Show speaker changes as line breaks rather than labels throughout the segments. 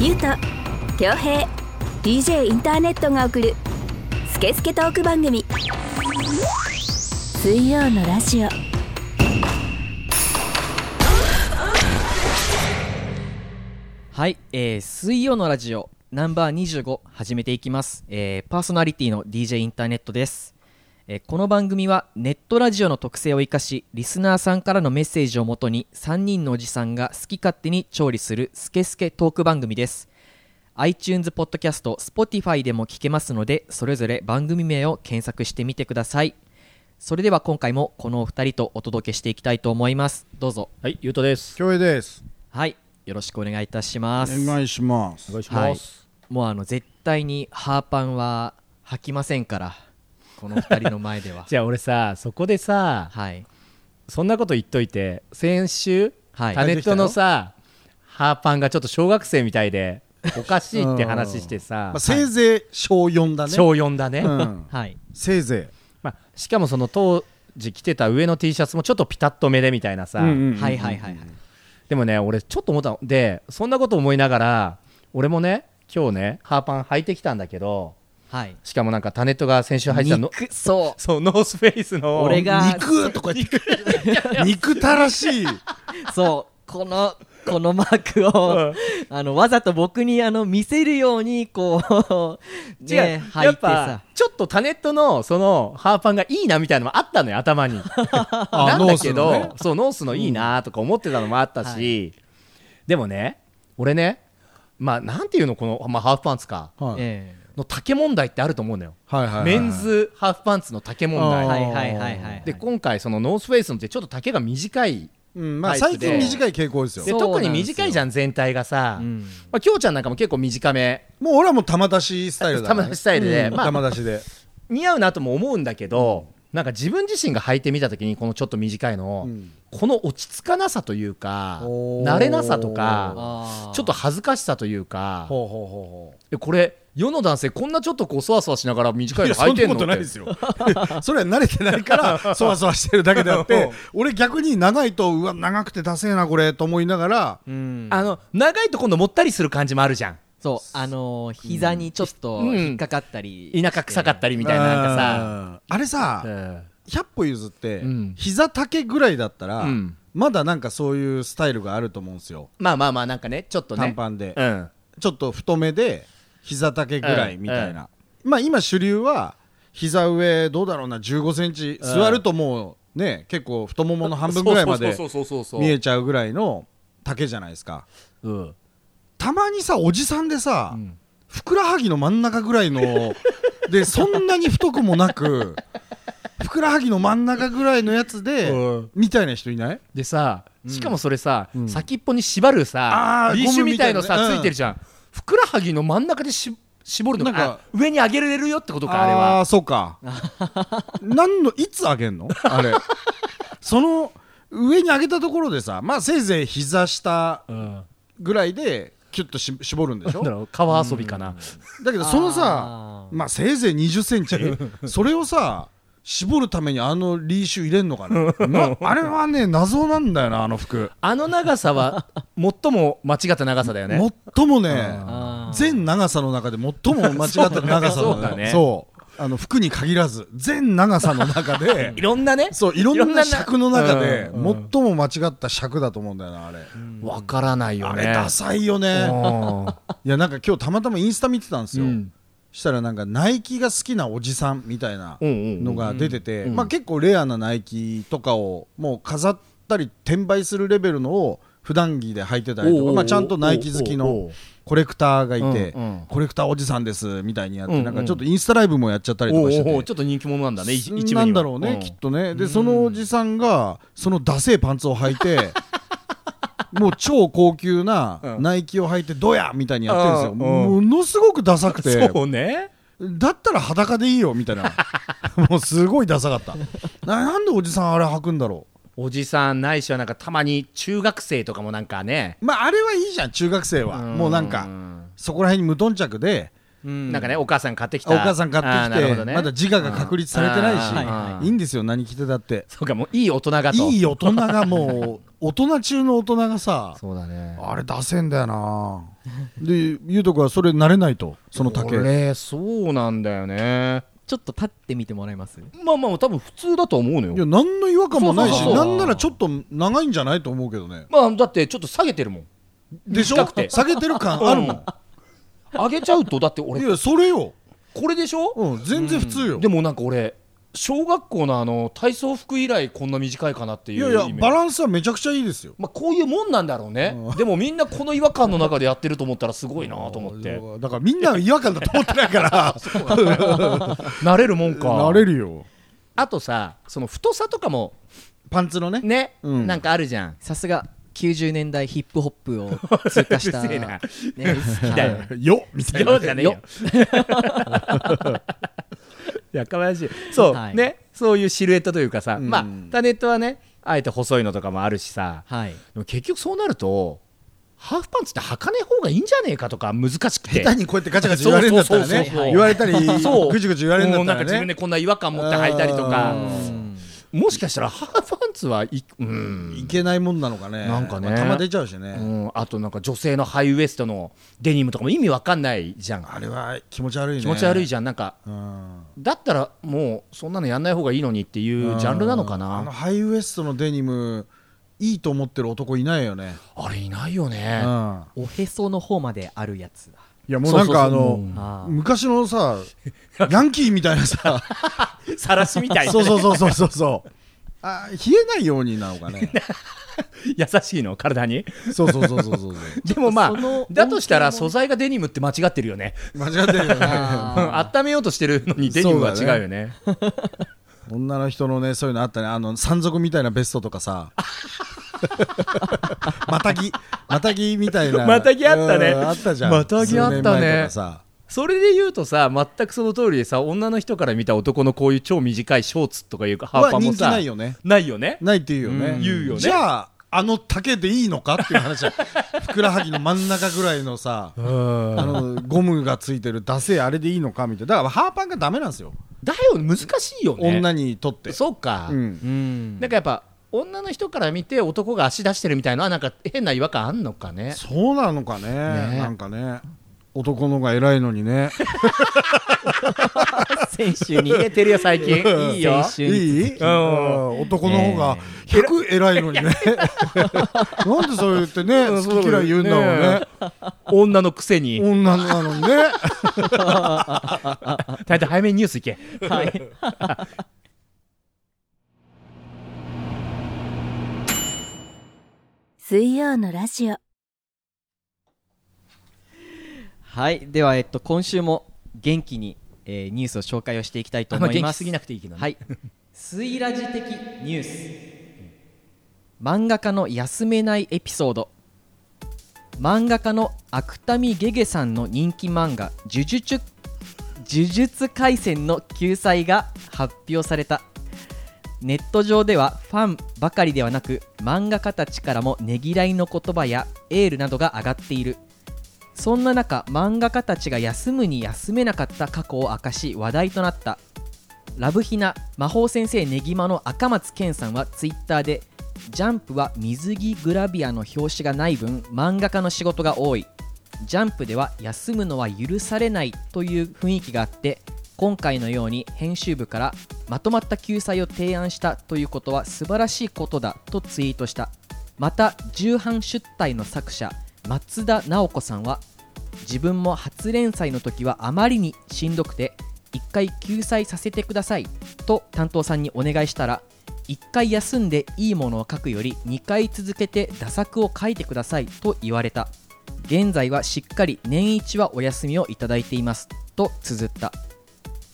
ゆうと恭平 DJ インターネットが送る「スケスケトーク番組」水曜のラジオ
はい、えー水曜のラジオナンバー25始めていきます、えーパーソナリティの DJ インターネットです、えーこの番組はネットラジオの特性を生かしリスナーさんからのメッセージをもとに3人のおじさんが好き勝手に調理するスケスケトーク番組です iTunes ポッドキャスト Spotify でも聞けますのでそれぞれ番組名を検索してみてくださいそれでは今回もこのお二人とお届けしていきたいと思いますどうぞ
はい、ゆうとです。
恭平です
はいよろしくお願いいたし
お
ます
願いします
お願いします。
もうあの絶対にハーパンは履きませんからこの2人の前 では
じゃあ俺さ、そこでさ、
はい
そんなこと言っといて、先週、
はい
タネットのさ、ハーパンがちょっと小学生みたいで、おかしいって話してさ
まあ、せいぜい小4だね
小4だね。
うん
はい
せいぜ
まあ、しかもその当時着てた上の T シャツもちょっとピタッと目でみたいなさ、
い
はいはいはいはい
でもね、俺ちょっと思ったので、そんなこと思いながら、俺もね、今日ね、ハーパン履いてきたんだけど、
はい
しかもなんかタネットが先週履いてたの、
肉そ
そう、ノースフェイス
う
の、
俺が
肉とか言って肉たらしい
そうこのこのマークを、あのわざと僕にあの見せるようにこう
違う、
ね履
や
い
っ
さ
てぱちょっとタネットのそのハーパンがいいなみたいなのもあったのよ 頭に
あ
なんだけ
ノースの
ど
ね
そうノースのいいなとか思ってたのもあったし、
は
でもね俺ねまあなんていうのこの、まあ、ハーフパンツか
はい
え
の丈問題ってあると思うのよ、
はいはいはい
メンズハーフパンツの丈問
え
あー
題
はいはいはいはいはい
で今回そのノースフェイスのってちょっと丈が短い
うんまあ
タイ
最
プで
近短い傾向ですよ
で
そうなんですよ
特に短いじゃん全体がさ、
うん
まあ、きょうちゃんなんかも結構短め
もう俺はもう玉出しスタイルだから
玉出しスタイルで
うん
まあ
玉出しで
似合うなとも思うんだけど、なんか自分自身が履いてみた時にこのちょっと短いの、
うん
この落ち着かなさというか
おー
慣れなさとか
あー
ちょっと恥ずかしさというか
ほうほうほうほ
えこれ世の男性こんなちょっとこうそわそわしながら短
う
い
い
の
や
履
そ
い
ん
て
なん
の
こと
って
ないですよ それは慣れてないからそわそわしてるだけで あって俺逆に長いとうわ長くてダセえなこれと思いながら
うん
あの長いと今度もったりする感じもあるじゃん
そうあの膝にちょっと
うん
引っかかったり、
田舎臭かった
り
りみたいななんか
あーあれさ
さ、うん
100歩譲って、
うん
膝丈ぐらいだったら、
うん
まだなんかそういうスタイルがあると思うんですよ
まあまあまあなんかねちょっとね
短パンで、
うん
ちょっと太めで膝丈ぐらいみたいな、まあ今主流は膝上どうだろうな1 5センチ、
うん
座るともうね結構太ももの半分ぐらいまで
そうそうそうそうそう
見えちゃうぐらいの丈じゃないですか
うん
たまにさおじさんでさ、
ん
ふくらはぎの真ん中ぐらい のでそんなに太くもなくふくらはぎの真ん中ぐらいのやつで、
うん
みたいな人いない
でさしかもそれさ、
ん
先っぽに縛るさ
あー
ビッシュみたいのさ、
ゴムみたいなね
ついてるじゃん、ふくらはぎの真ん中でし絞るのか
なんか
あ上に上げれるよってことかあれ
あ
は
ーそうか 何のいつ上げんのあれその上に上げたところでさまあせいぜい膝下
うん
ぐらいでキュッとし絞るんでし
な
ょ
んだろう川遊びかな、
だけどその
あ
さまあせいぜい2 0ンチそれをさ絞るためにあのリーシュ入れんのか な、まあれはね謎なんだよなあの服
あの長 さは最も間違った長さだよね
最もね
あー
全長さの中で最も間違った長さ
そ
の
うだね
そうあの服に限らず全長さの中 で
いろんなね
そういろんな尺の中で
うんうん
最も間違った尺だと思うんだよなあれ、
わからないよ
あ
ね
れダサいよね
う
いやなんか今日たまたまインスタ見てたんですよ、
ん
したらなんかナイキが好きなおじさんみたいな
うんうんうん
のが出てて、
うん
まあ、結構レアなナイキとかをもう飾ったり転売するレベルのを普段着で履いてたりと
おうおうお
か、
う
まあ、ちゃんとナイキ好き
おうおうお
の
う
コレクターがいて、
うんうん
コレクターおじさんですみたいにやって、
うんうん
なんかちょっとインスタライブもやっちゃったりと
お
か
う
してて
おうおうちょっと人気者なんだねい一部には
なんだろうね、
ん
きっとねでそのおじさんがそのダセーパンツを履い てもう超高級なナイキを履いてどやみたいにやってるんですよ、
うん
ものすごくダサくて
そうね
だったら裸でいいよみたい なもうすごいダサかったななんでおじさんあれ履くんだろ
おじさんないしはなんかたまに中学生とかもなんかね
うまああれはいいじゃん中学生はもうなんかそこら辺に無頓着で
うん
なんかねお母さん買ってき
あ
た
お母さん買
あー
って
な
き
るほ
て、
どね
まだ自我が確立されて
あー
はい
な
はい
しいいんですよ何着てだって
そうかもういい大人がと
いい大人がもう大人中の大人がさ
そうだね
あれ出せんだよなでゆうとくんはそれ慣れないとその
こ
竹
れそうなんだよね
ちょっと立ってみてもらえます
まあまあ多分普通だと思うの
いや
よ
何の違和感もない
そう
し
そうそう
なんならちょっと長いんじゃないと思うけどね
まあだってちょっと下げてるもん
でしょ
短くて
下げてる感あるもん
上げちゃうとだって俺
いやそれよ、
これでしょ、
うん、全然普通よ、
でもなんか俺小学校のあの体操服以来こんな短いかなってい
いうや
い
いやバ
ン
ランスはめちゃくちゃいいですよ
まあ、こういうもんなんだろうね、でもみんなこの違和感の中でやってると思ったらすごいなと思って
だからみんな違和感だと思ってないから
慣れるもんか
慣れるよ
あとさその太さとかも
パンツのね
ね、
うん
なんかあるじゃん
さすが90年代ヒップホップを通過した、
うるせえな
ね、好き
だよ
よみたいな
よじゃねえよいやかわいらしいそう、
はい
ねそういうシルエットというかさ、
うん
まあタネットはねあえて細いのとかもあるしさ
はい
でも結局そうなるとハーフパンツって履かねえ方がいいんじゃねえかとか難しくて
下手にこうやってガチャガチャ言われるんだったら
そうそう
ね
そうそう
言われたり
そ う
ぐちぐち言われるんだ
も
っ
うなん
た
から自分
ね
でこんな違和感持って履いたりとか
うん
もしかしたらハーフパンツはいうん
いけないもんなのかね
なんかね
まあ玉出ちゃうし
う
ね
んあとなんか女性のハイウエストのデニムとかも意味わかんないじゃん
あれは気持ち悪いね
気持ち悪い
じ
じゃんなんか
ゃん
だったらもうそんなのやんない方がいいのにっていうジャンルなのか
あの
な
ハイウエストのデニムいいと思ってる男いないよね
あれいないよ
う
ね
ん
おへその方まであるやつだ
いやもうなんかあの
あー
昔のさ ヤンキーみたいなさ
さらしみ たいな
そうそうそうそうそうそうあ冷えないようになのか ね
優しいの体に
そうそうそうそうそう
でもまあ
その
だとしたら素材がデニムって間違ってるよね
間違ってる よね
うん温めようとしてるのにデニムは違うよね
女の人のねそういうのあったねあの山賊みたいなベストとか さまたぎまたぎみたいな
またぎあったね
うんあったじゃん
またぎあったね
数年前とかさ
それで言うとさ全くその通りでさ女の人から見た男のこういう超短いショーツとかいうかハーパ
は
ンも
人気
さ
ないよね
ないよね
ないって言うよ
う
ね
ん言うよね
じゃああの竹でいいのかっていう話だ ふくらはぎの真ん中ぐらいのさあのゴムがついてるダセえあれでいいのかみたいなだからハーパンがダメなんですよ、
だよ難しいよね
女にとって
そうか、
う ん
うん
なんかやっぱ女の人から見て男が足出してるみたいなのはなんか変な違和感あんのかね
そうなのかね
ね
なんかね男の方が偉いのにね
先週に
入れてるよ最近いいよ
先
い
週に
い、うん男の方が100偉いの にねなんでそう言ってね好き嫌い言うんだろうね
女のくせに
女なのにね
大体早めにニュース行け
はい
水曜のラジオ
はいではえっと今週も元気に、えーニュースを紹介をしていきたいと
あん
思
ま
い
元
ま
気
す
すぎなくていいけどね、
はい水ラジ的ニュース漫画家の休めないエピソード漫画家の芥見ゲゲさんの人気漫画「呪術呪術廻戦」の救済が発表されたネット上ではファンばかりではなく漫画家たちからもねぎらいの言葉やエールなどが上がっているそんな中漫画家たちが休むに休めなかった過去を明かし話題となったラブヒナ魔法先生ねぎまの赤松健さんはツイッターで「ジャンプは水着グラビアの表紙がない分漫画家の仕事が多い」「ジャンプでは休むのは許されない」という雰囲気があって今回のように編集部からまとまった救済を提案したということは素晴らしいことだとツイートしたまた重版出題の作者松田直子さんは自分も初連載の時はあまりにしんどくて一回救済させてくださいと担当さんにお願いしたら一回休んでいいものを書くより2回続けて打作を書いてくださいと言われた現在はしっかり年一はお休みをいただいていますと綴った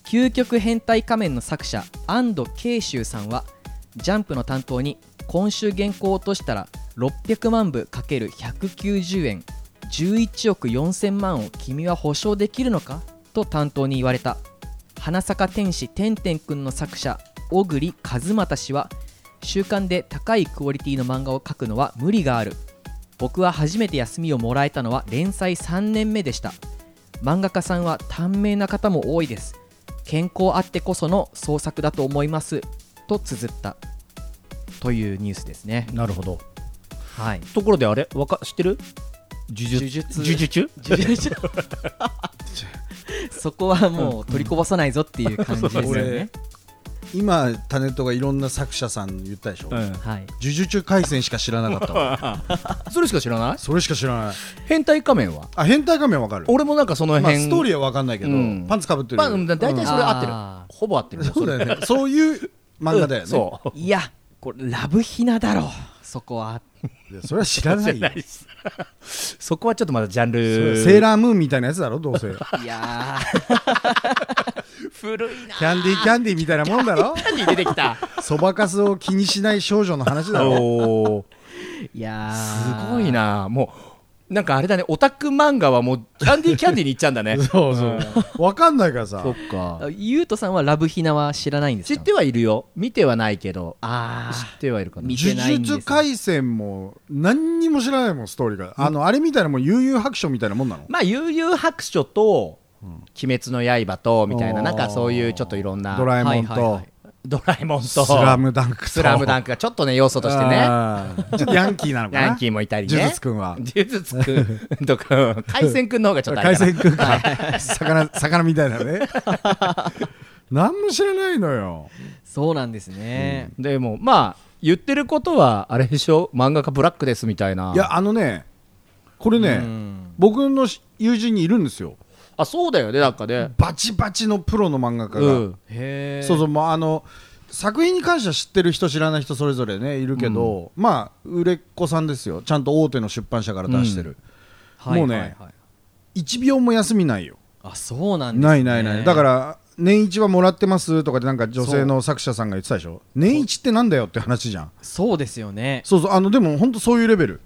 究極変態仮面の作者安藤慶秀さんはジャンプの担当に今週原稿を落としたら600万部 ×190 円11億4000万を君は保証できるのかと担当に言われた花坂天使てんてんくんの作者小栗和正氏は週刊で高いクオリティの漫画を描くのは無理がある僕は初めて休みをもらえたのは連載3年目でした漫画家さんは短命な方も多いです健康あってこその創作だと思いますと綴ったというニュースですね
なるほど
はい
ところであれわか知ってる呪術
呪術
呪術
そこはもう取りこぼさないぞっていう感じですよ ね、
今タネットがいろんな作者さん言ったでしょ、
う
呪
ん
はい
術中回戦しか知らなかった わ
それしか知らない
それしか知らない
変態仮面は
あ変態仮面わかる
俺もなんかその
まあ、
辺
ストーリーは分かんないけど、
うん
パンツかぶってる、
まあうん大体それ合ってる
あー
ほぼ合って
う
る
んそうだよねそういう漫画だよね、
うんそう
いやこれラブヒナだろそこはい
やそれは知らないよ
そこはちょっとまだジャン
そ
ル
れセーラームーンみたいなやつだろどうせキ
いや
古いな
ャンディー キャンディーみたいなもんだろ
何出てきた
そばかすを気にしない少女の話だろ
おー
ーいやー
すごいなもうなんかあれだねオタク漫画はもうキャンディーキャンディーに行っちゃうんだね
そうそう分かんないからさ
そっか
ゆうとさんはラブヒナは知らないんです
知
か
ってはいるよ見てはないけど
あ
知ってはいるかな
見
呪
てないんです
術廻戦も何にも知らないもんストーリーが、あのあれみたいなもん悠々白書みたいなもんなの
まあ悠々白書と鬼滅の刃とみたいななんかそういうちょっといろんな
ドラえもんと、
はいはいはい
ドラえもんと
スラムダンクと
スラムダン
ク
クがちょっとね要素としてね
ちょっとヤンキーなのかな
ヤンキーもいたりね
呪術くんは
呪術くんとか うん海鮮くんの方がちょっとあれ
海鮮
かな
くんか魚魚みたいな ね何も知らないのよ
そうなんですね、
でもまあ言ってることはあれでしょ漫画家ブラックですみたいない
やあのねこれね、
うん
僕の友人にいるんですよ
あそうだよねなんかね
バチバチのプロの漫画家
う
が、
ん
へえ
そうそうもうあの作品に関しては知ってる人知らない人それぞれねいるけど、まあ売れっ子さんですよちゃんと大手の出版社から出してる、
はい
もう
はい
ね
はい
1秒も休みないよ
あそうなんです、ね、
ないないないだから年一はもらってますとかでなんか女性の作者さんが言ってたでしょ年一ってなんだよって話じゃん
そうですよね
そうそうあのでも本当そういうレベル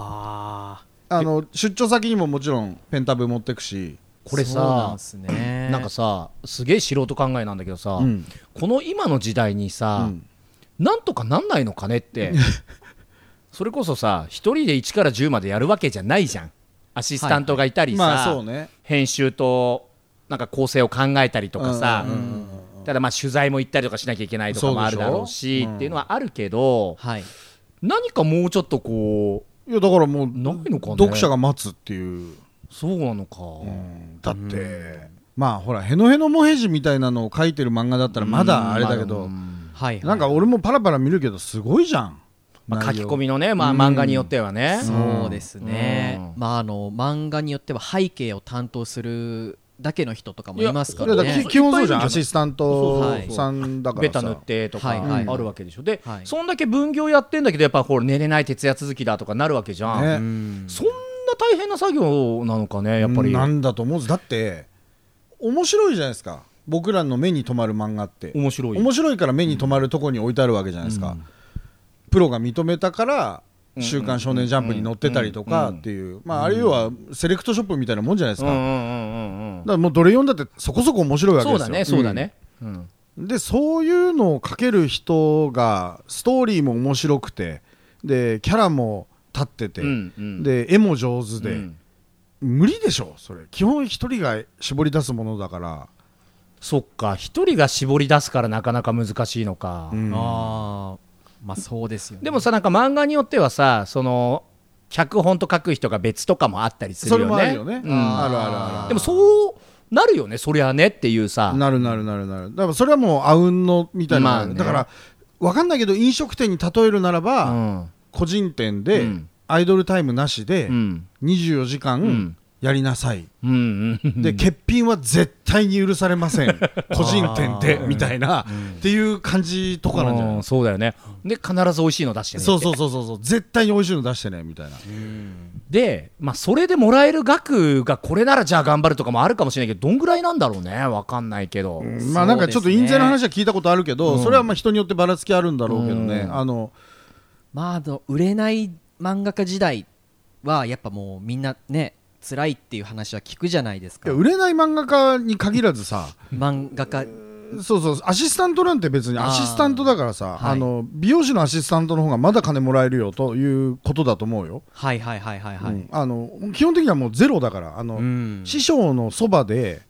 ああ
あの出張先にももちろんペンタブ持ってくし、
これ
そうなん
さ
ですね
なんかさすげえ素人考えなんだけどさ
うん
この今の時代にさ
うん
なんとかなんないのかねって それこそさ一人で1から10までやるわけじゃないじゃんアシスタントがいたり
まあそう
さ
ね
編集となんか構成を考えたりとかさ
うんうんうんうん
ただまあ取材も行ったりとかしなきゃいけないとかもあるだろう
そうで
し
しょ
っていうのはあるけど
はい
何かもうちょっとこう
いやだからもう
ないのかね
読者が待つっていう、
そうなのか、
うんだって、まあほら「へのへのもへじ」みたいなのを書いてる漫画だったらまだあれだけど、
はいはい
なんか俺もパラパラ見るけどすごいじゃん、
まあ、書
内容
き込みのね、まあ、漫画によってはね、
そうですね、
う
まああの漫画によっては背景を担当するだけの人とかもいますか
いや
ら
だから
ね
き基本そうじゃん
いっぱいいるんじゃない
アシスタン
そう
ト
そう
そう
さんだか
ベ
ら
タ塗っ
さ
てとか
はい
はい
あるわけでしょ、で、
はい
そんだけ分業やってんだけどやっぱほら寝れない徹夜続きだとかなるわけじゃん、
ね
うん
そんな大変な作業なのかねやっぱり、
なんだと思うんですだって面白いじゃないですか僕らの目に留まる漫画って
面白い
面白いから目に留まるとこに置いてあるわけじゃないですか、プロが認めたから「週刊少年ジャンプ」に載ってたりとかっていう、まあ、あるいはセレクトショップみたいなもんじゃないです
う
か、
んうん
だか
うんうんうん
らもうどれ読んだってそこそこ面白いわけ
そ
で
う
すよ
だねそうだね、うん
うんでそういうのを書ける人がストーリーも面白くてでキャラも立ってて、
うんうん
で絵も上手
う
で、
ん
無理でしょそれ基本一人が絞り出すものだから、
そっか一人が絞り出すからなかなか難しいのか、
うん
ああまあそうですよね
でもさなんか漫画によってはさその脚本と書く人が別とかもあったりするよ
そ
ね
れもあるよね、
うん
あるあるある
でもそうなるよねそりゃねっていうさ
なるなるなるなるだからそれはもうあうんのみたいな、
まあね
だから分かんないけど飲食店に例えるならば、
うん
個人店で、
うん
アイドルタイムなしで、
うん
24時間
ん
やりなさい、
うんうん
で欠品は絶対に許されませ ん個人店で
あー
みたいな、っていう感じとかなんじゃない、
うんそうだよねで必ず美味しいの出してね
そうそうそうそうそう絶対に美味しいの出してねみたいな
で、まあ、それでもらえる額がこれならじゃあ頑張るとかもあるかもしれないけどどんぐらいなんだろうねわかんないけど、
まあなんかちょっと
そうですね
印税の話は聞いたことあるけど、それはまあ人によってばらつきあるんだろうけどね、
うん
あの
まああの売れない漫画家時代はやっぱもうみんなね辛いっていう話は聞くじゃないです
い
か
や売れない漫画家に限らずさ
漫画家
そうそうアシスタントなんて別に
あー
アシスタントだからさ
はい
あの美容師のアシスタントの方がまだ金もらえるよということだと思うよ、
はいはいはいはいはい、
うんあの基本的にはもうゼロだからあの、
うん
師匠のそばで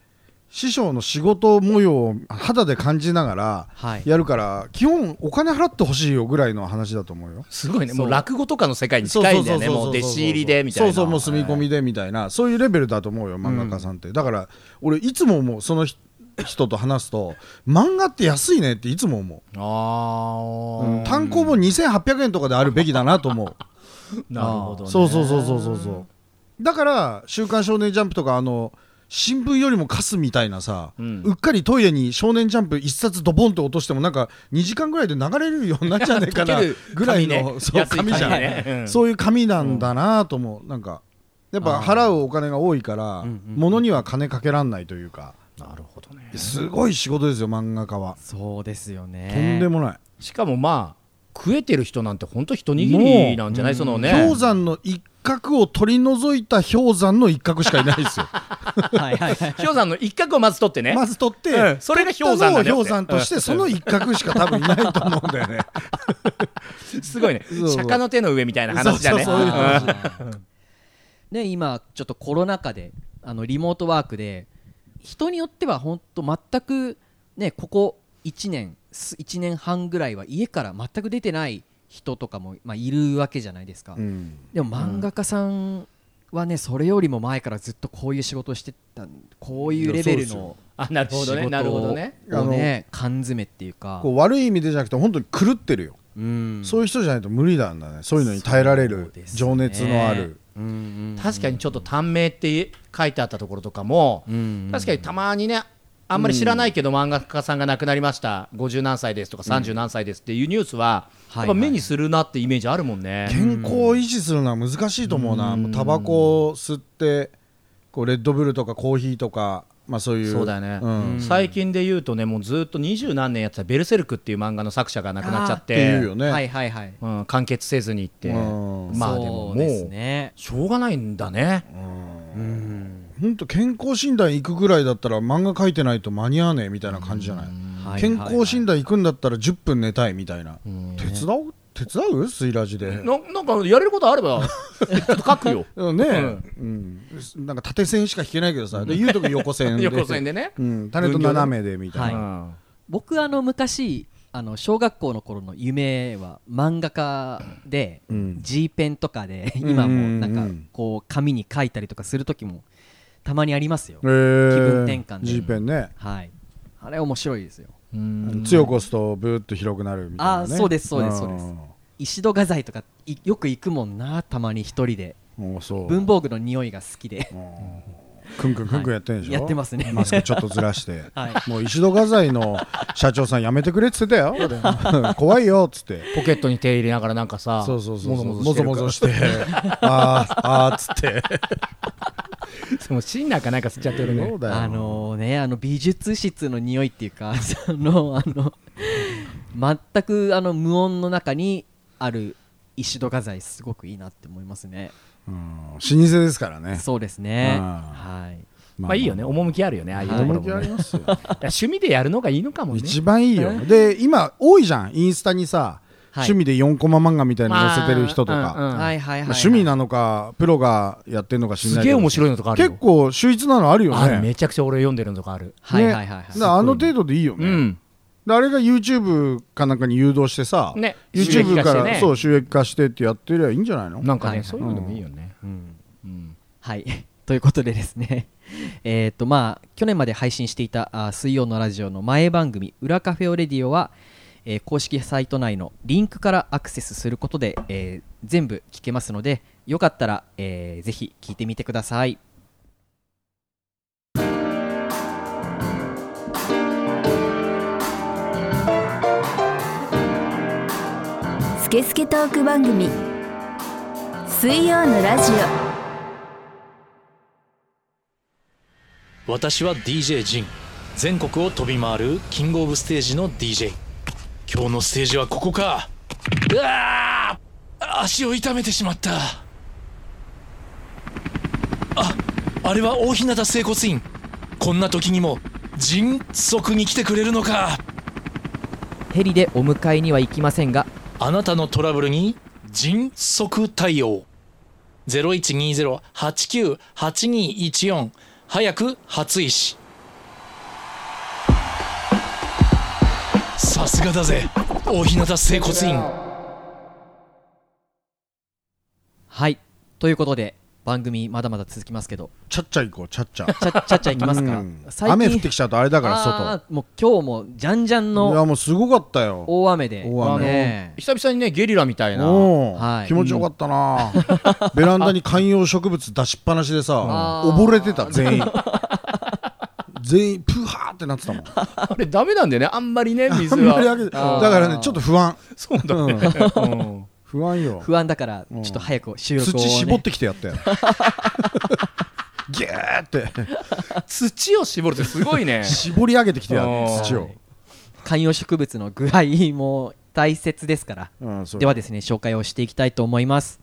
師匠の仕事模様を肌で感じながら
はい
やるから、基本お金払ってほしいよぐらいの話だと思うよ
すごいね
そう
もう落語とかの世界に近いんだよねもう弟子入りでみたいな
そうそうもう住み込みでみたいなそういうレベルだと思うよ漫画家さんって、だから俺いつももうその人人と話すと漫画って安いねっていつも思う、
ああ、
うん単行本2800円とかであるべきだなと思う
なるほど、ね、
そうそうそうそうそうそうだから「週刊少年ジャンプ」とかあの新聞よりもカスみたいなさ、う
うん
っかりトイレに「少年ジャンプ」一冊ドボンと落としてもなんか2時間ぐらいで流れるようになっちゃうねえかな
溶ける
ぐらいの
紙ね
そう
安い
紙じゃん、
紙ねう ん
そういう紙なんだなと思うなんかやっぱ払うお金が多いから物には金かけらんないというか
なるほどね
すごい仕事ですよ漫画家は、
そうですよね
とんでもない
しかもまあ食えてる人なんて本当一握りなんじゃないそのね
氷山の一角を取り除いた氷山の一角しかいないですよ
はいはいはい
氷山の一角をまず取って ね、
まず取って、
うんそれが氷山なんだよ
取
って
ったのを氷山として、その一角しか多分いないと思うんだよね。
すごいね
そう
釈迦の手の上みたいな話だね
そういう話
うん
ね今ちょっとコロナ禍であのリモートワークで人によっては本当全くねここ1年す1年半ぐらいは家から全く出てない人とかも、まあ、いるわけじゃないですか、でも漫画家さんはねそれよりも前からずっとこういう仕事をしてたんこういうレベルの
あなるほ
仕
どねなる
事
ほ
を
どね
ね
あの
缶詰っていうか
こう悪い意味でじゃなくて、本当に狂ってるよ、
うん
そういう人じゃないと無理なんだね。そういうのに耐えられ
そう
る、
ですね
情熱のある。
うんうん
確かにちょっと短命って書いてあったところとかも、
うん
確かにたまにねあんまり知らないけど漫画家さんが亡くなりました50何歳ですとか30何歳ですっていうニュースは、
はいはい
やっぱ目にするなってイメージあるもんね、
健康を維持するのは難しいと思うな。もうタバコを吸って、こうレッドブルとかコーヒーとか、まあそういう。
そうだよね、
うん。っ
最近で言うとねもうずっと二十何年やってた「ベルセルク」っていう漫画の作者が亡くなっちゃって
ていうよ
は
ね。
いはいはい
うん、完結せずにって、
うん
まあでもも
そうですね
しょうがないんだね、
本当健康診断行くぐらいだったら漫画書いてないと間に合わねえみたいな感じじゃない。
はいはい
健
はい
康診断行くんだったら10分寝たいみたいな、手伝う手伝うスイラジで、
ななんかやれることあればちょっと書く よ
うんねえ、うんなんか縦線しか引けないけどさで言うとき横線で
横線でね、
うん、種と斜めでみたいな、
うん
僕あの昔あの小学校の頃の夢は漫画家で
うん
G ペンとかで
ん
今もな
うんんう
か
ん
こう紙に書いたりとかする時もたまにありますよ
えー
気分転換で
G ペンね
はいあれ面白いですよ
強く押すとブーッと広くなるみたいな、ね、
あーそうですそうです
ん
そうです石戸画材とかいよく行くもんなたまに一人で
もうそう
文房具の匂いが好きで
くんくんくんくんやってんでしょ、
はいやってますね
マスクちょっとずらして、
はい
もう石戸画材の社長さんやめてくれっつってたよ怖いよっつって
ポケットに手入れながらなんかさ
そうそうそうそう
もぞ
もぞも
もぞ
ぞ
し
してあーあーっ つって
て るもうシンナーかなんか吸っちゃってるね
そうだよ
あのねあの美術室の匂いっていうか そのあの全くあの無音の中にある石戸画材すごくいいなって思いますね
うん老舗ですからね
そうですね
あ
はい
まあいいよね趣あるよねああいうところも
趣
ね
あ りますよ
いや趣味でやるのがいいのかもね
一番いいよで今多いじゃんインスタにさ
はい
趣味で4コマ漫画みたいなの載せてる人と
まあうんうん
か
はいはいはい
まあ
はい
趣味なのかプロがやってるのか知ん
す
ないけ
げえ
ど
面白いのとかあるよ
結構秀逸なのあるよ
ある
ね
めちゃくちゃ俺読んでるのとかある
はいはいはいはい
ねだからあの程度でいいよ
う
ね
ん
であれが YouTube かなんかに誘導してさ
ね収益
YouTube
化
か
して
ら
ね
そう収益化してってやってりゃいいんじゃないの
なんか
はい
ねそういうのでもいいよね
うん
うん
はい ということでですね えっとまあ去年まで配信していたあ水曜のラジオの前番組「裏カフェオレディオは」えー公式サイト内のリンクからアクセスすることで、えー全部聞けますのでよかったら、えーぜひ聞いてみてください
スケスケトーク番組水曜のラジオ
私は DJ ジン全国を飛び回るキングオブステージの DJ 今日のステージはここかうわあ足を痛めてしまったああれは大日向整骨院こんな時にも迅速に来てくれるのか
ヘリでお迎えには行きませんが
あなたのトラブルに迅速対応0120-89-8214早く初石さすがだぜ大日向整骨院
はいということで番組まだまだ続きますけど
ちゃっちゃ行こうちゃっち ゃ
ちゃ ちゃっちゃいきますか、
うん雨降ってきちゃうとあれだから
あ
外
ーもう今日もじゃんじゃん
い
の
やもうすごかったよ
大雨で
大雨
ねえ
久々にねゲリラみたいな
おお、
はい
気持ちよかったな、ベランダに観葉植物出しっぱなしでさ
あー
溺れてた全員全員プハーってなってたもんあ
あれダメなんだよねあんまりね水
んまり
は
開けて
あー
だからねちょっと不安
そうだね、うん
不安よ
不安だからちょっと早く収録を、ね、
土絞ってきてやったよギューって
土を絞るってすご いね
絞り上げてきてや
あー
った土を、
観葉植物の具合も大切ですから
うん、そう
ではですね紹介をしていきたいと思います、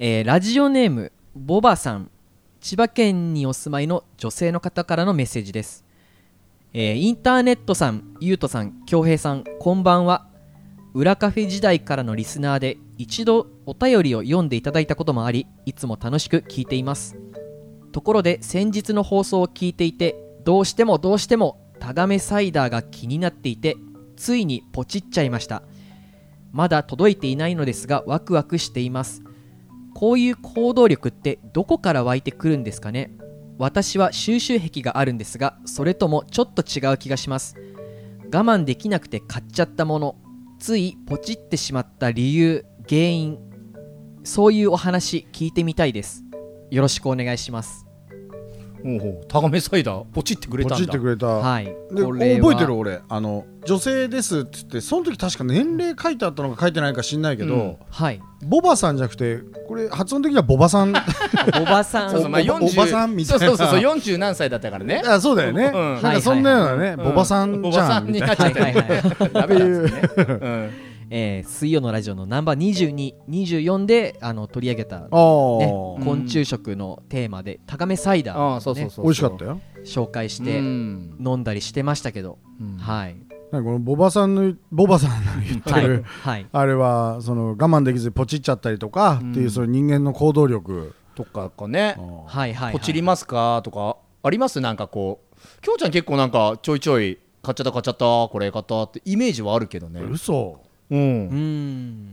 えーラジオネームボバさん千葉県にお住まいの女性の方からのメッセージです、えーインターネットさんゆうとさん恭平さんこんばんは裏カフェ時代からのリスナーで一度お便りを読んでいただいたこともありいつも楽しく聞いていますところで先日の放送を聞いていてどうしてもどうしてもタガメサイダーが気になっていてついにポチっちゃいましたまだ届いていないのですがワクワクしていますこういう行動力ってどこから湧いてくるんですかね私は収集癖があるんですがそれともちょっと違う気がします我慢できなくて買っちゃったものついポチってしまった理由原因そういうお話聞いてみたいですよろしくお願いします
おうおうタガメサイダーポチってくれ
ポ
た
チ
ん
っ
だ
てくれた、
はい
で
これは
覚えてる俺あの女性ですって言ってその時確か年齢書いてあったのか書いてないか知んないけど、
うん
はい
ボバさんじゃなくてこれ発音的にはボバさん
おばさん
そうそうまあ
お
40
おばさんみたいな
そうそうそうそう40何歳だったから ね
あそうだよね、
うん
なんかそんなようなね、
う
ボバさん
ボ
じ
バ
ゃ
さ
ん
ん
み
に
たい
なっちゃった
はいはいは
ダメなんですねうん
えー水曜のラジオのナンバー2224であの取り上げた、ね、
なあー、
うん
昆虫食のテーマで高めサイダー
ああそうそうそう
美味しかったよ
紹介し
う
て
ん
飲んだりしてましたけど、
うん
はい
なんかこのボバさんのボバさんの言って
は
る、
い、はい、
あれはその我慢できずポチっちゃったりとか、っていうその人間の行動力
とかかね
はいはい
ポチりますかとかありますなんかこうきょうちゃん結構なんかちょいちょい買っちゃった買っちゃったこれ買ったってイメージはあるけどね
嘘
うん
うーん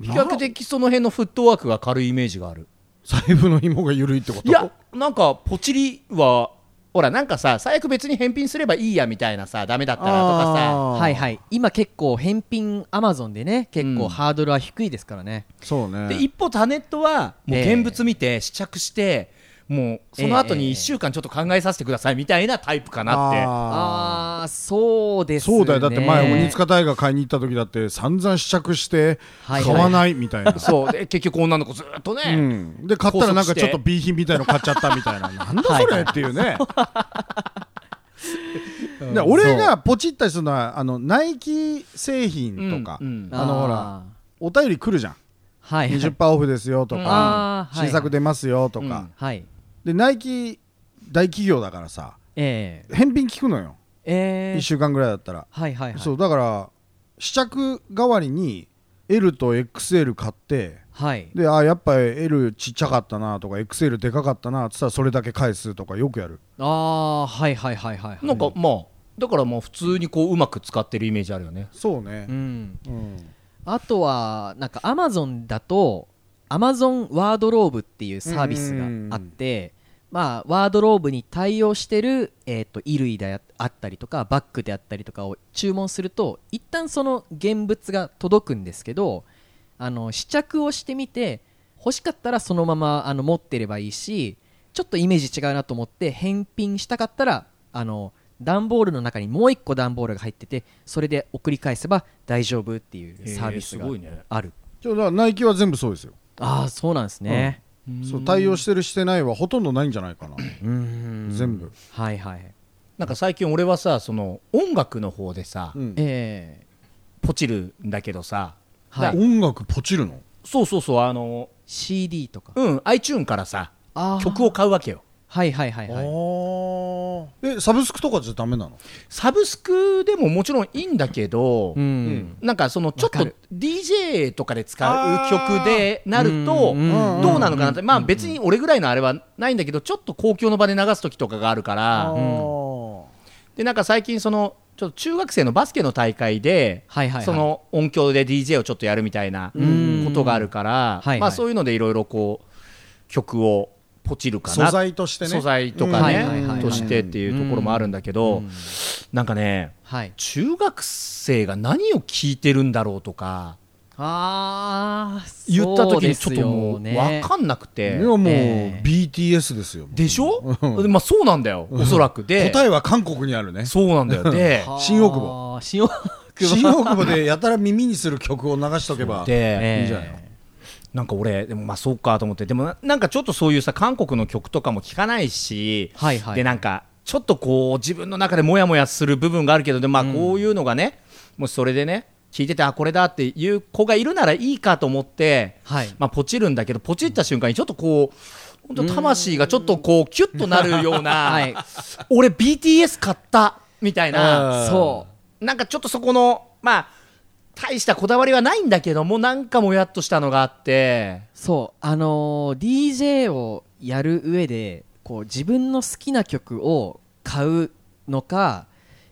比較的その辺のフットワークが軽いイメージがある
財布の紐が緩いってこと
いやなんかポチリはほらなんかさ最悪別に返品すればいいやみたいなさダメだったらとかさ
あー
はいはい今結構返品アマゾンでね結
うん
構ハードルは低いですからね、
そうね
で一歩タネットはもう
ええ
現物見て試着してもうその後
ええ
に1週間ちょっと考えさせてくださいみたいなタイプかなっ
あ
ああそうで
ー
すね
そうだよだって前鬼
使
塚大河買いに行った時だって散々試着して
はい
買
はい
わないみたいな、
て そうで結局女の子ずっと
う
ね
ん、で買ったらなんかちょっと B 品みたいの買っちゃった みたいななんだそれっていうねで俺がポチったりするのはあのナイキ製品とか、
うんうん
あのほらお便り来るじゃん
はいはい
20%オフですよと
うん
あ
か、
ーはい
新作出ますよとか、
はい
でナイキ大企業だからさ
えー、
返品聞くのよ、
えー、
1週間ぐらいだったら、
はいはいはい
そうだから試着代わりに L と XL 買って
はい
であやっぱ L ちっちゃかったなとか XL でかかったなっつったらそれだけ返すとかよくやる
ああーはいはいはいはいはい
なんかまあだからまあ普通にこううまく使ってるイメージあるよね
そうね
うん
うん、
あとはなんかアマゾンだとアマゾンワードローブっていうサービスがあって、まあ、ワードローブに対応してる、えー、と衣類であったりとかバッグであったりとかを注文すると一旦その現物が届くんですけどあの試着をしてみて欲しかったらそのままあの持ってればいいしちょっとイメージ違うなと思って返品したかったらあの段ボールの中にもう一個段ボールが入っててそれで送り返せば大丈夫っていうサービスが
へーすごいね
ある
じゃあだからナイキは全部そうですよ、
ああそうなんですね
そう対応してるしてないはほとんどないんじゃないかな、
うーん
全部、
はいはい
なんか最近俺はさその音楽の方でさ、
うん
ええ
ポチるんだけどさ、
はい
だ
音楽ポチるの
そうそうそうあの
CD とか
うん iTune からさ
あー
曲を買うわけよ
はいはいはいはい
おーえサブスクとかじゃダメなの
サブスクでももちろんいいんだけど、
うん
なんかそのちょっ
わ
と
かる
DJ とかで使う曲でなると
うんうん
どうなのかなってまあ別に俺ぐらいのあれはないんだけどちょっと公共の場で流す時とかがあるからでなんか最近そのちょっと中学生のバスケの大会で
はいはいはい
その音響で DJ をちょっとやるみたいな
うん
ことがあるか
はいはい
らまあそういうのでいろいろこう曲をポチるかな
素材としてね
素材と
うん
か
はいはいはいは
ね
い
としてっていうところもあるんだけどなんかね
はい
中学生が何を聞いてるんだろうとか
ああ
言った時にちょっともう分かんなくて
いやもう
ええ
BTS ですよ
でしょまあそうなんだよおそらくで
答えは韓国にあるね
そうなんだよで
新大久保
新大久保
新大久保でやたら耳にする曲を流しとけば
で
ええ
いいじゃないの
なんか俺でもまあそうかと思ってでもななんかちょっとそういうさ韓国の曲とかも聞かないし
はいはい
でなんかちょっとこう自分の中でモヤモヤする部分があるけどでまあこういうのがねもしそれでね聞いててあこれだっていう子がいるならいいかと思って
はい
まあ、ポチるんだけどポチった瞬間にちょっとこう本当魂がちょっとこうキュッとなるような、
はい
俺 BTS 買ったみたいな
そ
なんかちょっとそこのまあ大したこだわりはないんだけどもなんかもやっとしたのがあって
うそうあのー DJ をやる上でこう自分の好きな曲を買うのか、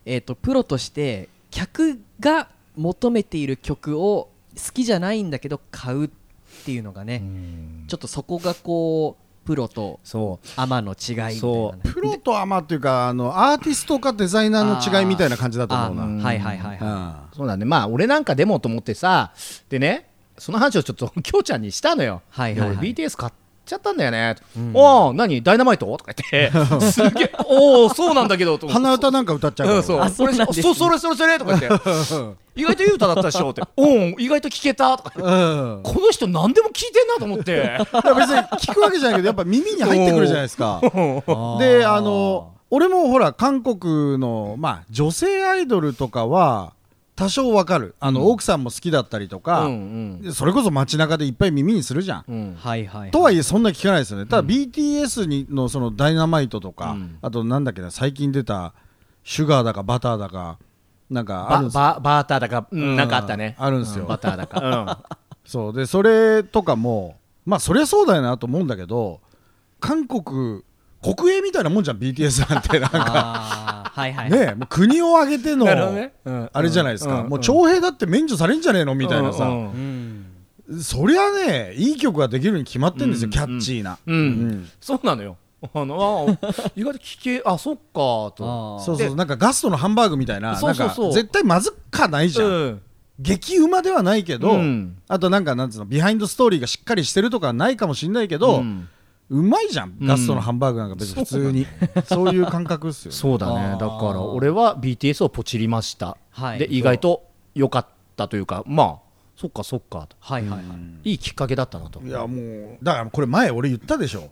えー、とプロとして客が求めている曲を好きじゃないんだけど買うっていうのがね、ちょっとそこがこうプロと
そう
アマの違いみたいなね、
そう
プロとアマっていうかあのアーティストかデザイナーの違いみたいな感じだと思うな
あーはいはいはいはい、
うん
そうだねまあ俺なんかでもと思ってさでねその話をちょっと きょうちゃんにしたのよ「
はいはいはい
や俺 BTS 買っちゃったんだよね」おお何ダイナマイト?」とか言ってすげえ「おおそうなんだけど」と思って
鼻歌なんか歌っちゃうか
う
ら
ん、そう。
あそうなんですね
そそれそれそれとか 言って。意外といい歌だったでしょって。うん、意外と聞けたとか。
うん
この人何でも聞いてんなと思って。
いや別に聞くわけじゃないけどやっぱ耳に入ってくるじゃないですか。であの俺もほら韓国の、まあ、女性アイドルとかは多少わかるあの、奥さんも好きだったりとか、
うん
でそれこそ街中でいっぱい耳にするじゃん。
うん。
はいはいはい
とはいえそんな聞かないですよねただ BTS にのその「ダイナマイト」とか、
うん
あとなんだっけな最近出た「シュガー」だか「バター」だかなんかあ
バ
るんですよ
ババーターだか、う
うん
ん、なんかあったね。
あるんですよ
うバターだか。
そうでそれとかもまあそりゃそうだよなと思うんだけど韓国国営みたいなもんじゃん BTS なんてなん か
あーはいはいはい
ねえもう国を挙げての
なるほどねうん
あれじゃないですか
うん
もう徴兵だって免除されんじゃねえの
う
み
ん。
たいな
う
さ
ん
う。ん
そりゃねいい曲ができるに決まってんですよキャッチーな
うんうん。そうなのよ。あの、あー意外と聞け、あ、そっか、と。
あー
そうそうなんかガストのハンバーグみたいな
そ
な
うんそう
か
そう
絶対まずかないじゃ
うんん。
激うまではないけど
うん
あとなんかなんつうのビハインドストーリーがしっかりしてるとかはないかもしんないけ
う
ど
ん
うまいじゃんガストのハンバーグなんか別に普通にそういう感覚っすよね
そうだね。だから、俺は BTS をポチりました
は。い
で、意外と良かったというか、まあ、そっかそっか、と。
はいはいはい
いいきっかけだったなと。
いやもうだからこれ前俺言ったでしょ、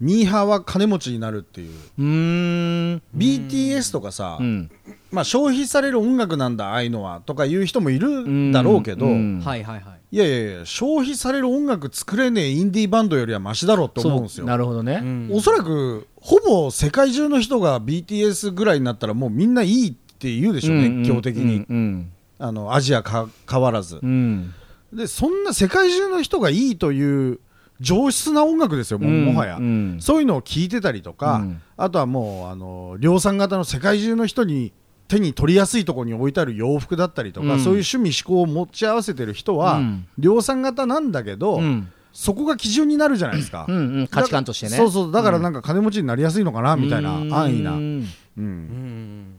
ミーハーは金持ちになるっていう、
うーん。
BTS とかさ、
うん。
まあ、消費される音楽なんだああいうのはとか言う人もいるだろうけど、
うん
はいはいはい
いやいやいや消費される音楽作れねえインディーバンドよりはマシだろうって思うんですよ
なるほどね。
おそらくほぼ世界中の人が BTS ぐらいになったらもうみんないいって言うでしょ、熱狂的に、
うん
あのアジアか変わらず
う、ん
でそんな世界中の人がいいという上質な音楽ですよも,、
うん
もはや、
うん
そういうのを聞いてたりとか、
うん
あとはもうあの量産型の世界中の人に手に取りやすいところに置いてある洋服だったりとか、
うん
そういう趣味思考を持ち合わせてる人は、
うん
量産型なんだけど、
うん
そこが基準になるじゃないですか、
うんうん価値観としてね
そうそうだからなんか金持ちになりやすいのかな、みたいな安易な、う
う
ん
ん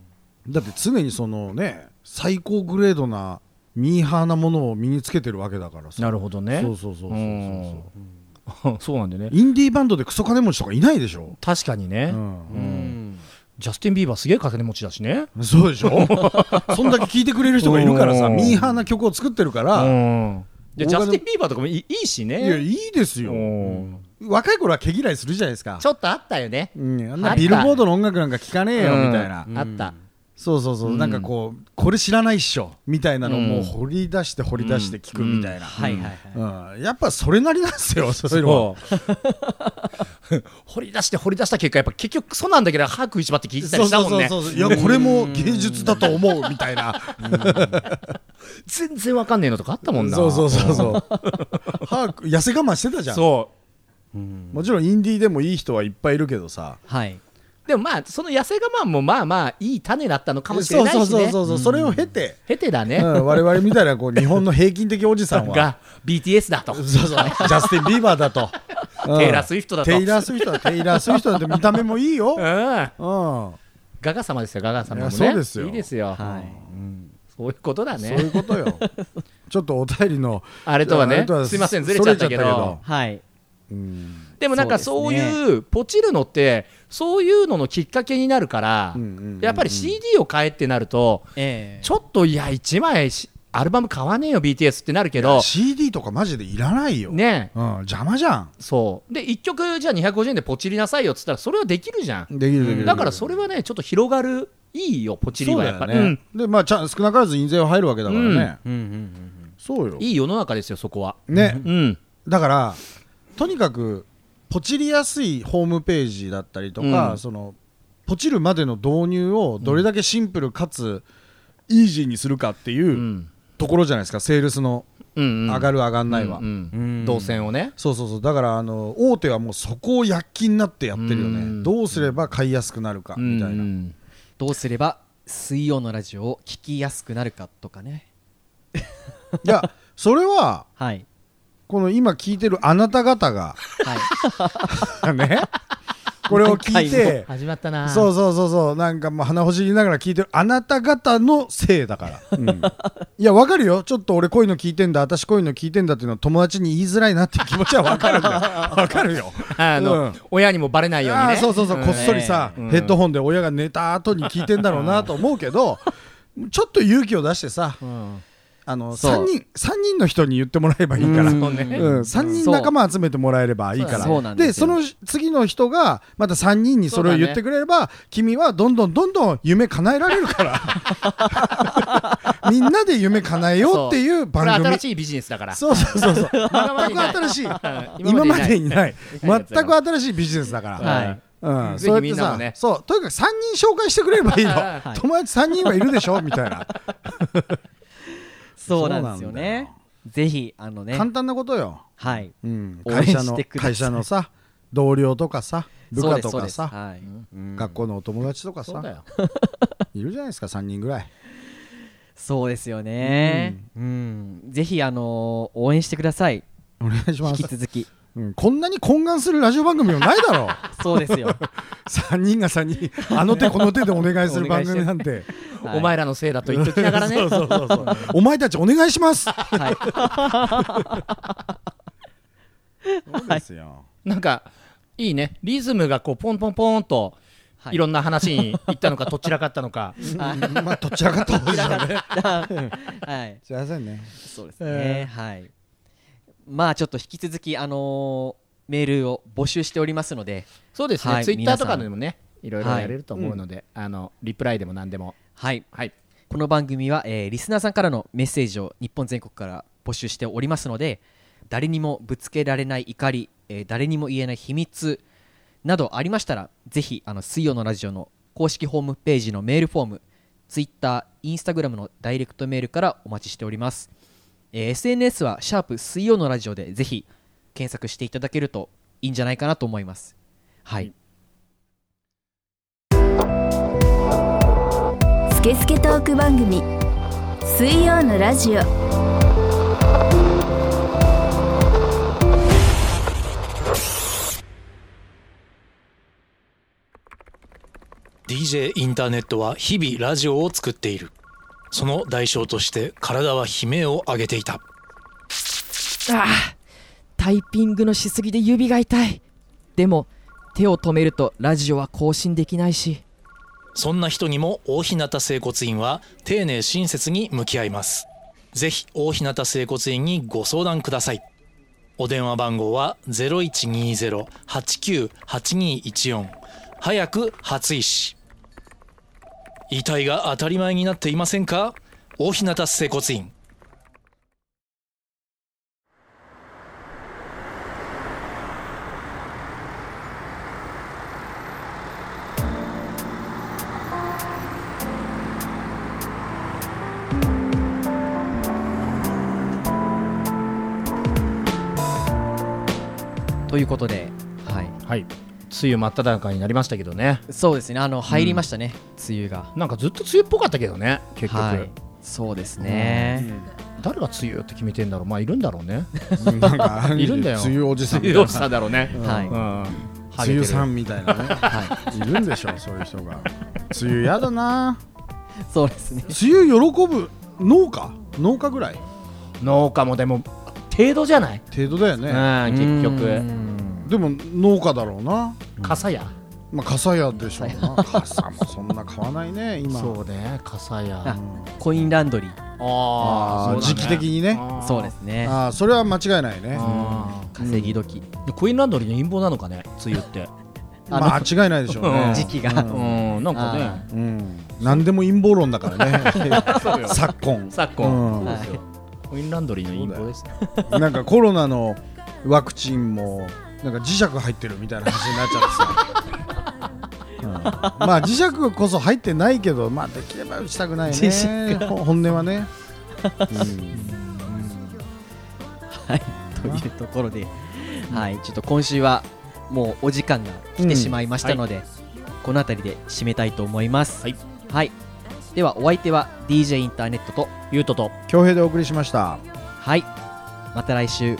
だって常にそのね最高グレードなミーハーなものを身につけてるわけだからさ
なるほどね
そうそうそうそうそうそう
そうそうなん でね
インディーバンドでクソ金持ちとかいないでしょ、
確かにね
うん、
ジャスティン・ビーバーすげえ金持ちだしね
そうで しょそんだけ聴いてくれる人がいるからさ
うん
ミーハーな曲を作ってるから、
うんで
大金
ジャスティン・ビーバーとかもいいいいしね
いやいいですよ、
うん
若い頃は毛嫌いするじゃないですか
ちょっとあったよね
うん、あん
あ
な
った
ビルボードの音楽なんか聴かねえよみたいな、
うんあった
そうそうそう、
うん
なんかこうこれ知らないっしょみたいなのをもう掘り出して掘り出して聞くみたいな、
はいはいはい、
うんやっぱそれなりなんですよそういうのは
掘り出して掘り出した結果やっぱ結局クソなんだけど歯食いしばって聞いてたりしたもんね
そうそうそうそういやこれも芸術だと思うみたいな
全然わかんねえのとかあったもんな
そうそうそうそう 歯痩せ我慢してたじゃん
そ
もちろんインディーでもいい人はいっぱいいるけどさ
はい、
うでもまあその痩せ我慢もまあまあいい種だったのかもしれないしね
そうそうそうそうそう、それを経て、
ヘテだね、
うん、我々みたいなこう日本の平均的おじさんは
が BTS だと
そうそうジャスティン・ビーバーだと、うん
テイラースウィフトだと
テイラー・スウィフトだテイラー・スウィフトだって見た目もいいよ、
う
うんん、そ
ガガ様ですよガガ様もね
いやそうですよ
いいですよ、
はい
そういうことだ
う
ね
いうことよちょっとお便りの
あれとはねすいませんずれちゃったけど
それ
はい、
うん
でもなんかそ
そううですね
いうポチるのってそういうののきっかけになるから、
うんうんうんうん
やっぱり CD を買えってなると
ええ
ちょっといや1枚しアルバム買わねえよ BTS ってなるけど
CD とかマジでいらないよ、
ね
うん、邪魔じゃん
そうで1曲じゃあ250円でポチりなさいよっつったらそれはできるじゃん、
できるできる
だからそれはねちょっと広がるいいよポチり
そう
は
だ
やっぱ
よ
り
ね、でまあちゃん少なからず印税は入るわけだからね、
うんうんうん
そうよ
うんいい世の中ですよそこは
ね、
うん
だからとにかくポチりやすいホームページだったりとか、
うん
そのポチるまでの導入をどれだけシンプルかつイージーにするかっていううんところじゃないですかセールスの
うん
上が
る
る上がんないは、
うん
動線をね
そうそうそうだからあの大手はもうそこを躍起になってやってるよね、
うん
どうすれば買いやすくなるかみたいな、
うん
どうすれば水曜のラジオを聞きやすくなるかとかね
いやそれは
はい
この今聞いてるあなた方が
はい
ねこれを聞いて
始まったな
そうそうそうそうなんかもう鼻ほじりながら聞いてるあなた方のせいだから、いやわかるよちょっと俺こういうの聞いてんだ私こういうの聞いてんだっていうのは友達に言いづらいなっていう気持ちはわかるんだよわかるよ
あの、
うん
親にもバレないように
あ
ね
ーそうそうそう、
ん
こっそりさ、ヘッドホンで親が寝た後に聞いてんだろうなと思うけどちょっと勇気を出してさ、あの
そう
3人三人の人に言ってもらえばいいから、
そうね
うん、3人仲間集めてもらえればいいから
そうなん
で
です
そ
よ
の次の人がまた3人にそれを言ってくれれば、君はどんどんどんどん夢叶えられるからみんなで夢叶えようっていう
これ
番組
新しいビジネスだから
そうそうそうそう全く
今までに
新
ない
しい
今
今
ま
ま
で
で
に
にない
ない
全く新しいビジネスだから、
はい
うん、
ぜひ
そうやっ
み
て
んな
さ
も、ね
そうとにかく3人紹介してくれればいいの、
は い
友達3人はいるでしょみたいな、
そうなんですよねぜひあのね
簡単なことよ、
はい
うん、
応援
会社
し
の
てください
会社のさ同僚とかさ部下と
そう
か
です
さ
はい
学校のお友達とか
そう
さ
だよ
いるじゃないですか3人ぐらい
そうですよねうんぜひあの応援してください
お願いしま
引き
す、
続き
うん、こんなに懇願するラジオ番組もないだろう
そうですよ
3人が3人あの手この手でお願いする番組なんて
はい
お前らのせいだと言っときながらね
お前たちお願いします
はい
そうですよ
なんかいいねリズムがこうポンポンポンと
はい
いろんな話に行ったのかどちらかったのか
まあどちらかと思うじゃね
はい
すいませんね
そうですね、はいまあちょっと引き続きあのーメールを募集しておりますので
そうですね
はい
ツイッター
皆
と
さん
かでもねいろいろやれると思うのであのリプライでも何でも
はい
はい
この番組は、えーリスナーさんからのメッセージを日本全国から募集しておりますので誰にもぶつけられない怒り、えー誰にも言えない秘密などありましたらぜひあの水曜のラジオの公式ホームページのメールフォームツイッターインスタグラムのダイレクトメールからお待ちしております、えー SNS は「シャープ水曜のラジオ」でぜひ検索していただけるといいんじゃないかなと思いますはい
スケスケトーク番組水曜のラジオ
「DJ インターネット」は日々ラジオを作っているその代償として体は悲鳴を上げていた
タイピングのしすぎで指が痛いでも手を止めるとラジオは更新できないし
そんな人にも大日向整骨院は丁寧親切に向き合います。ぜひ大日向整骨院にご相談ください。お電話番号は0120-898214早く初医師。遺体が当たり前になっていませんか大日向整骨院
ということで、はい、
はい梅雨真っ只中になりましたけどね
そうですねあの入りましたね、梅雨が
なんかずっと梅雨っぽかったけどね結局、
はい、そうですね、
誰が梅雨って決めてんだろうまあいるんだろうね
うんなんか
いるんだよ
梅雨おじさんみたいな
梅雨さんだろうね
はい
うん
梅雨さんみたいなね、い、るんでしょうそういう人が梅雨やだな
そうですね
梅雨喜ぶ農家農家ぐらい
農家もでも程度じゃない、
程度だよね、
うん
う
結局
ん
でも農家だろうな
傘屋
まあ傘屋でしょうな傘もそんな買わないね今
そうね傘屋
あコインランドリー
あー時期的にね
そうですね
ああそれは間違いないね
稼ぎ時、
コインランドリーの陰謀なのかね梅雨って
あの
まあ間違いないでしょうね
時期が、
うんなんかね
うん、何でも陰謀論だからね昨今
昨
うん
今コインランドリーの陰謀ですね
なんかコロナのワクチンもなんか磁石入ってるみたいな話になっち ゃってさ、うんまあ磁石こそ入ってないけどまあできれば打ちたくない
磁石
ねほ本音はね、
はい、というところで、はい、ちょっと今週はもうお時間が来てしまいましたので、この辺りで締めたいと思います。
はい、
ではお相手は DJ インターネットと
ゆうとと
強兵でお送りしました
はいまた来週